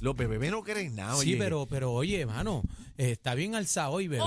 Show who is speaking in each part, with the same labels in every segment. Speaker 1: López Bebé, no creen nada.
Speaker 2: Sí,
Speaker 1: oye.
Speaker 2: pero, pero Ah, oye, mano, eh, está bien alzado hoy,
Speaker 1: Eh,
Speaker 2: bebé.
Speaker 1: eh,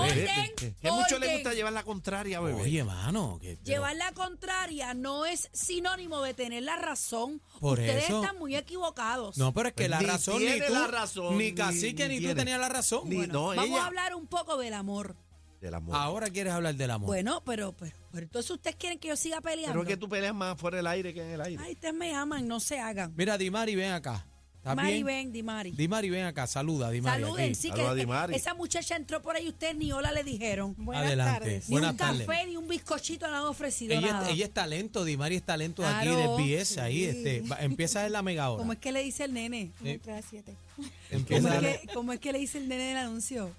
Speaker 3: Orden,
Speaker 1: Que mucho le
Speaker 3: orden.
Speaker 1: gusta llevar la contraria, bebé.
Speaker 2: Oye, mano. que- pero-
Speaker 3: Llevar la contraria no es sinónimo de tener la razón.
Speaker 2: Por
Speaker 3: Ustedes
Speaker 2: eso-
Speaker 3: están muy equivocados.
Speaker 2: no, pero es que
Speaker 1: Pues
Speaker 2: la
Speaker 1: ni
Speaker 2: razón ni
Speaker 1: tiene
Speaker 2: tú,
Speaker 1: la razón,
Speaker 2: ni
Speaker 1: ni-
Speaker 2: cacique
Speaker 1: ni
Speaker 2: ni, tú
Speaker 1: tiene.
Speaker 2: tenías la razón.
Speaker 1: Ni-
Speaker 2: Bueno,
Speaker 1: no,
Speaker 3: Vamos
Speaker 1: ella.
Speaker 3: a hablar un poco del amor.
Speaker 1: Del amor.
Speaker 2: Ahora quieres hablar del amor.
Speaker 3: Bueno, pero, pero, pero entonces ustedes quieren que yo siga
Speaker 1: pero
Speaker 3: peleando.
Speaker 1: es que tú peleas más fuera del aire que en el aire.
Speaker 3: Ay, ustedes me aman, no se hagan.
Speaker 2: Mira, Dimari, ven acá. ¿Estás
Speaker 3: Mari,
Speaker 2: bien?
Speaker 3: ven, Di Mari.
Speaker 2: Dimari, ven acá. Saluda, Dimari.
Speaker 3: Saluden,
Speaker 2: aquí.
Speaker 3: sí,
Speaker 1: Saluda a Di
Speaker 3: que
Speaker 1: Mari.
Speaker 3: esa muchacha entró por ahí, ustedes ni hola le dijeron.
Speaker 2: Adelante.
Speaker 3: Ni
Speaker 2: Buenas
Speaker 3: un
Speaker 2: tardes.
Speaker 3: café, ni un bizcochito le han ofrecido
Speaker 2: Ella,
Speaker 3: nada.
Speaker 2: ella es talento, Dimari es talento de
Speaker 3: Claro,
Speaker 2: aquí, de PS, ahí. Este, va- empieza en la mega hora.
Speaker 3: ¿Cómo es que le dice el nene?
Speaker 2: Sí.
Speaker 3: ¿Cómo
Speaker 2: Empieza
Speaker 3: es,
Speaker 2: la-
Speaker 3: que, cómo es que le dice el nene del anuncio?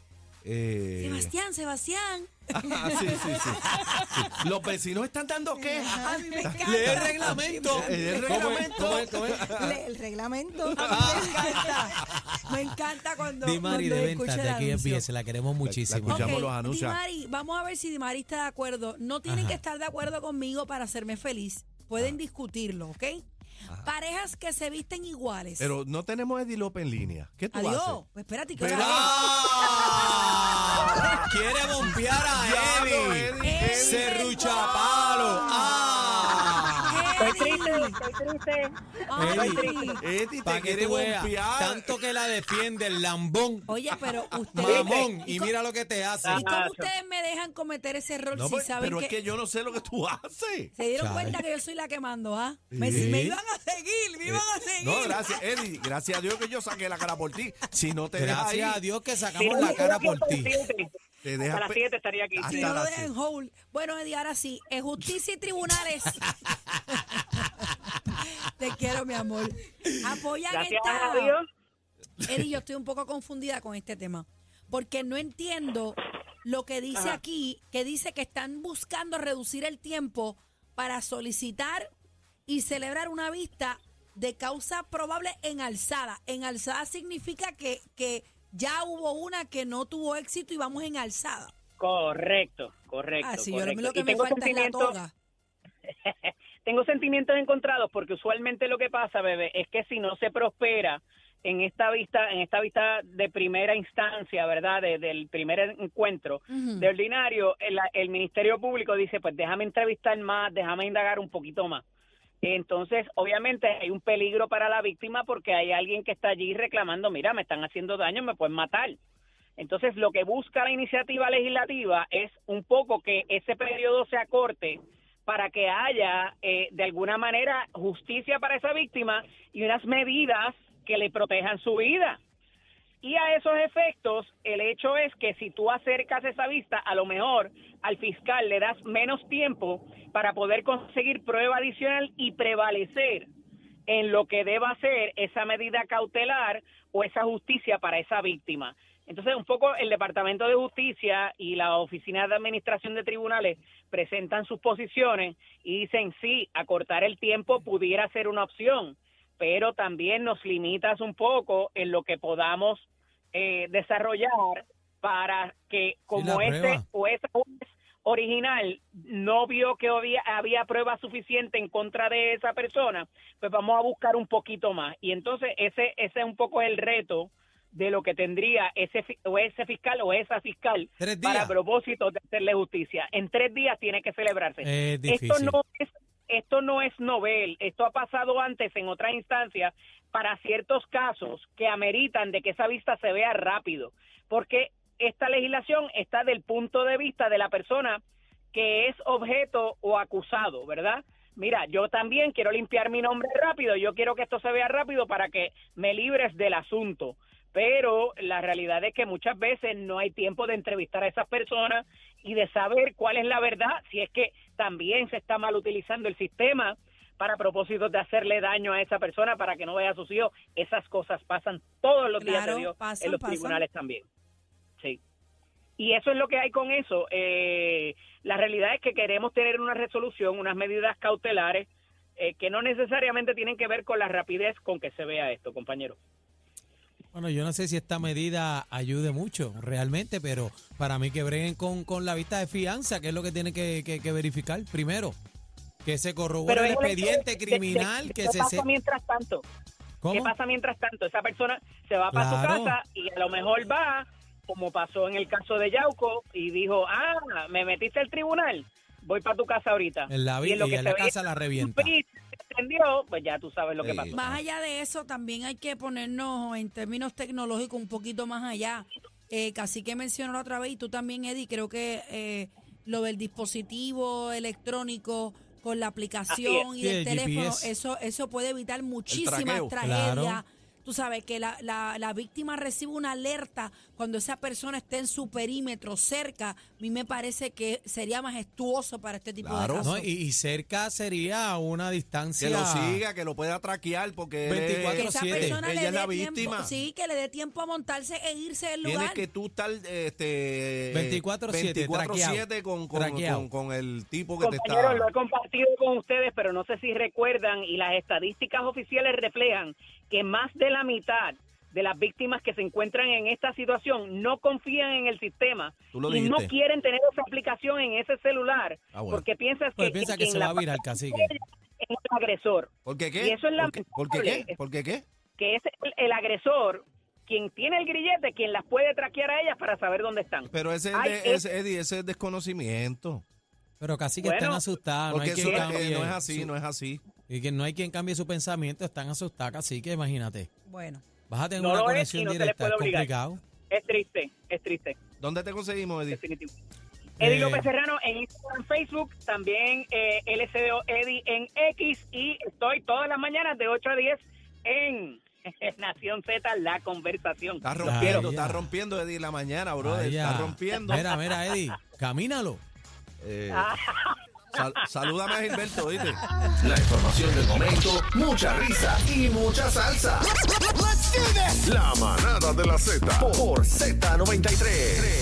Speaker 1: Eh,
Speaker 3: Sebastián, Sebastián.
Speaker 1: ah, sí, sí, sí, sí. Los vecinos están dando quejas.
Speaker 4: A mí me encanta.
Speaker 2: Lee el reglamento.
Speaker 1: Lee el
Speaker 2: ¿Cómo es?
Speaker 1: reglamento.
Speaker 2: ¿Cómo es? ¿Cómo es?
Speaker 4: Le- el reglamento.
Speaker 3: A mí me encanta. Me encanta cuando.
Speaker 2: Dimari
Speaker 3: cuando
Speaker 2: de
Speaker 3: escucho
Speaker 2: ventas de
Speaker 3: el
Speaker 2: aquí de
Speaker 3: anuncio.
Speaker 2: PS, la queremos muchísimo.
Speaker 1: escuchamos. Escuchamos
Speaker 3: Ok,
Speaker 1: los anuncios.
Speaker 3: Dimari, vamos a ver si Dimari está de acuerdo. No tienen
Speaker 2: Ajá. Ah.
Speaker 3: que estar de acuerdo conmigo para hacerme feliz. Pueden discutirlo, ¿ok? Parejas que se visten iguales.
Speaker 1: Pero no tenemos a Eddie López en línea. ¿Qué tú
Speaker 3: Adiós.
Speaker 1: haces?
Speaker 3: Pues espérate, que ahora
Speaker 2: ¡Ah! Quiere bombear a
Speaker 1: Diablo,
Speaker 2: Eddie.
Speaker 1: Eddie,
Speaker 3: Eddie.
Speaker 2: Serrucha palo. ¡Ah!
Speaker 3: Estoy triste,
Speaker 2: Eddie.
Speaker 1: Eddie
Speaker 2: Para
Speaker 1: te
Speaker 2: que
Speaker 1: quiere
Speaker 2: tú veas,
Speaker 1: bombear.
Speaker 2: tanto que la defiende el lambón,
Speaker 3: Oye, pero ustedes.
Speaker 2: mamón,
Speaker 3: ¿Y
Speaker 2: y
Speaker 3: co-
Speaker 2: mira lo que te hace.
Speaker 3: ¿Y cómo ustedes me dejan cometer ese error
Speaker 1: No,
Speaker 3: si
Speaker 1: pues,
Speaker 3: saben
Speaker 1: pero
Speaker 3: que,
Speaker 1: es que yo no sé lo que tú haces.
Speaker 3: se dieron
Speaker 2: Chale.
Speaker 3: cuenta que yo soy la que mando, ¿ah? Me,
Speaker 2: Sí.
Speaker 3: me iban a seguir, me iban a seguir.
Speaker 1: Eh, No, gracias, Eddie. Gracias a Dios que yo saqué la cara por ti. Si no te dejas ahí,
Speaker 2: Gracias a Dios que
Speaker 5: Si
Speaker 2: sacamos
Speaker 5: no,
Speaker 2: la
Speaker 5: yo
Speaker 2: cara
Speaker 5: creo
Speaker 2: por
Speaker 5: que
Speaker 2: ti.
Speaker 5: hasta las siete.
Speaker 1: te dejas.
Speaker 5: Hasta las
Speaker 1: pe-
Speaker 5: 7 estaría aquí.
Speaker 1: Hasta
Speaker 3: Si no lo
Speaker 1: las
Speaker 3: dejan en hold. Bueno, Eddie, ahora sí, en justicia y tribunales. Te quiero, mi amor. Apoyan
Speaker 5: Gracias
Speaker 3: esta.
Speaker 5: a Dios.
Speaker 3: Eddie, yo estoy un poco confundida con este tema. Porque no entiendo lo que dice aquí, que dice que están buscando reducir el tiempo para solicitar y celebrar una vista de causa probable en alzada. En alzada significa que, que ya hubo una que no tuvo éxito y vamos en alzada.
Speaker 5: Correcto, correcto.
Speaker 3: Ah, sí, yo
Speaker 5: correcto.
Speaker 3: lo que
Speaker 5: Y
Speaker 3: me
Speaker 5: tengo
Speaker 3: falta es la
Speaker 5: sentimientos-
Speaker 3: toga.
Speaker 5: Tengo sentimientos encontrados porque usualmente lo que pasa, bebé, es que si no se prospera en esta vista, en esta vista de primera instancia, ¿verdad? De- del primer encuentro, de ordinario, el, el Ministerio Público dice, pues déjame entrevistar más, déjame indagar un poquito más. Entonces, obviamente hay un peligro para la víctima porque hay alguien que está allí reclamando, mira, me están haciendo daño, me pueden matar. Entonces, lo que busca la iniciativa legislativa es un poco que ese periodo se acorte para que haya, eh, de alguna manera, justicia para esa víctima y unas medidas que le protejan su vida. Y a esos efectos, el hecho es que si tú acercas esa vista, a lo mejor al fiscal le das menos tiempo para poder conseguir prueba adicional y prevalecer en lo que deba ser esa medida cautelar o esa justicia para esa víctima. Entonces, un poco el Departamento de Justicia y la Oficina de Administración de Tribunales presentan sus posiciones y dicen, sí, acortar el tiempo pudiera ser una opción, pero también nos limitas un poco en lo que podamos eh, desarrollar para que como
Speaker 2: la
Speaker 5: este
Speaker 2: prueba.
Speaker 5: o esa juez original no vio que había, había prueba suficiente en contra de esa persona, pues vamos a buscar un poquito más. Y entonces ese, ese es un poco el reto de lo que tendría ese, fi- o ese fiscal o esa fiscal
Speaker 2: Tres días.
Speaker 5: para propósito de hacerle justicia. En tres días tiene que celebrarse.
Speaker 2: Es difícil.
Speaker 5: esto no es esto no es novel, esto ha pasado antes en otras instancias para ciertos casos que ameritan de que esa vista se vea rápido, porque esta legislación está del punto de vista de la persona que es objeto o acusado, ¿verdad? Mira, yo también quiero limpiar mi nombre rápido, yo quiero que esto se vea rápido para que me libres del asunto. Pero la realidad es que muchas veces no hay tiempo de entrevistar a esas personas y de saber cuál es la verdad, si es que también se está mal utilizando el sistema para propósitos de hacerle daño a esa persona para que no vea a sus hijos. Esas cosas pasan todos los días
Speaker 3: Claro,
Speaker 5: de Dios
Speaker 3: pasan,
Speaker 5: en los
Speaker 3: pasan.
Speaker 5: tribunales también. Sí. Y eso es lo que hay con eso. Eh, la realidad es que queremos tener una resolución, unas medidas cautelares eh, que no necesariamente tienen que ver con la rapidez con que se vea esto, compañero.
Speaker 2: Bueno, yo no sé si esta medida ayude mucho realmente, pero para mí que breguen con, con la vista de fianza, que es lo que tienen que, que- que verificar primero. Que se corrobore el
Speaker 5: es lo que-
Speaker 2: expediente
Speaker 5: de- de-
Speaker 2: criminal,
Speaker 5: de-
Speaker 2: que
Speaker 5: ¿qué
Speaker 2: se...
Speaker 5: pasa
Speaker 2: se-
Speaker 5: mientras tanto? ¿Qué
Speaker 2: ¿Cómo?
Speaker 5: pasa mientras tanto? Esa persona se va para
Speaker 2: Claro.
Speaker 5: su casa y a lo mejor va, como pasó en el caso de Yauco, y dijo, ah, me metiste al tribunal, voy para tu casa ahorita.
Speaker 2: En la vida y en la
Speaker 5: veía
Speaker 2: casa la revienta.
Speaker 5: cumplir, se entendió, pues ya tú sabes lo que
Speaker 2: Sí.
Speaker 5: pasó.
Speaker 3: Más allá de eso, también hay que ponernos en términos tecnológicos un poquito más allá. Eh, casi que mencionó la otra vez, y tú también, Eddie, creo que eh, lo del dispositivo electrónico con la aplicación y
Speaker 2: Sí,
Speaker 3: del
Speaker 2: el
Speaker 3: teléfono,
Speaker 2: GPS.
Speaker 3: eso, eso puede evitar muchísimas
Speaker 1: traqueo.
Speaker 3: tragedias.
Speaker 2: Claro.
Speaker 3: Tú sabes que la, la- la víctima recibe una alerta cuando esa persona esté en su perímetro cerca. A mí me parece que sería majestuoso para este tipo
Speaker 1: Claro.
Speaker 3: de casos.
Speaker 2: No, y, y cerca sería una distancia...
Speaker 1: Que lo siga, que lo pueda traquear porque él es-
Speaker 2: 24/7.
Speaker 3: que esa
Speaker 2: siete.
Speaker 3: persona
Speaker 1: ella
Speaker 3: le
Speaker 1: es la
Speaker 3: dé tiempo-
Speaker 1: víctima.
Speaker 3: sí, que le dé tiempo a montarse e irse del
Speaker 1: Tienes
Speaker 3: lugar.
Speaker 1: que tú estar este,
Speaker 2: 24/7,
Speaker 1: 24/7 con, con,
Speaker 2: traqueado.
Speaker 1: con- con el tipo que te
Speaker 5: Compañeros, lo he
Speaker 1: está...
Speaker 5: compartido con ustedes, pero no sé si recuerdan y las estadísticas oficiales reflejan que más de la mitad de las víctimas que se encuentran en esta situación no confían en el sistema
Speaker 1: Tú lo
Speaker 5: y no
Speaker 1: dijiste.
Speaker 5: quieren tener esa aplicación en ese celular
Speaker 1: Ah, bueno.
Speaker 5: porque piensas
Speaker 2: Pues
Speaker 5: que,
Speaker 2: piensa que
Speaker 5: quien
Speaker 2: se va
Speaker 5: la
Speaker 2: a virar,
Speaker 5: pasa
Speaker 2: cacique.
Speaker 5: es el agresor,
Speaker 1: ¿Por qué qué?
Speaker 5: Y eso es
Speaker 1: ¿Por qué-
Speaker 5: lamentable.
Speaker 1: ¿Por qué qué? ¿Por qué qué?
Speaker 5: que es el, el agresor quien tiene el grillete, quien las puede traquear a ellas para saber dónde están.
Speaker 1: Pero ese, es
Speaker 5: Ay,
Speaker 1: de-
Speaker 5: es-
Speaker 1: ese, Eddie, ese es desconocimiento.
Speaker 2: Pero casi que están
Speaker 5: Bueno,
Speaker 2: asustadas, Ah, no
Speaker 1: porque
Speaker 2: hay
Speaker 1: eso
Speaker 2: quien
Speaker 1: es- eh,
Speaker 2: cambie.
Speaker 1: no es así,
Speaker 2: su-
Speaker 1: no es así.
Speaker 2: Y que no hay quien cambie su pensamiento, están asustadas, así que imagínate.
Speaker 3: Bueno.
Speaker 2: Vas a tener
Speaker 5: No
Speaker 2: una
Speaker 5: lo es y
Speaker 2: conexión
Speaker 5: no se les
Speaker 2: directa,
Speaker 5: puede
Speaker 2: es
Speaker 5: obligar.
Speaker 2: complicado.
Speaker 5: Es triste, es triste.
Speaker 1: ¿Dónde te conseguimos, Eddie?
Speaker 5: definitivo. Eddie
Speaker 2: Eh,
Speaker 5: López Serrano en Instagram, Facebook, también eh, LCDO Eddie en X y estoy todas las mañanas de 8 a 10 en Nación Z, la conversación.
Speaker 1: Estás rompiendo,
Speaker 2: Ay, ya.
Speaker 1: estás rompiendo, Eddie, la mañana, brother.
Speaker 2: Vaya.
Speaker 1: Estás rompiendo.
Speaker 2: Mira, mira, Eddie, camínalo.
Speaker 1: Eh, sal- salúdame a Gilberto, ¿viste?
Speaker 4: La información del momento, mucha risa y mucha salsa. La manada de la Z por Z93.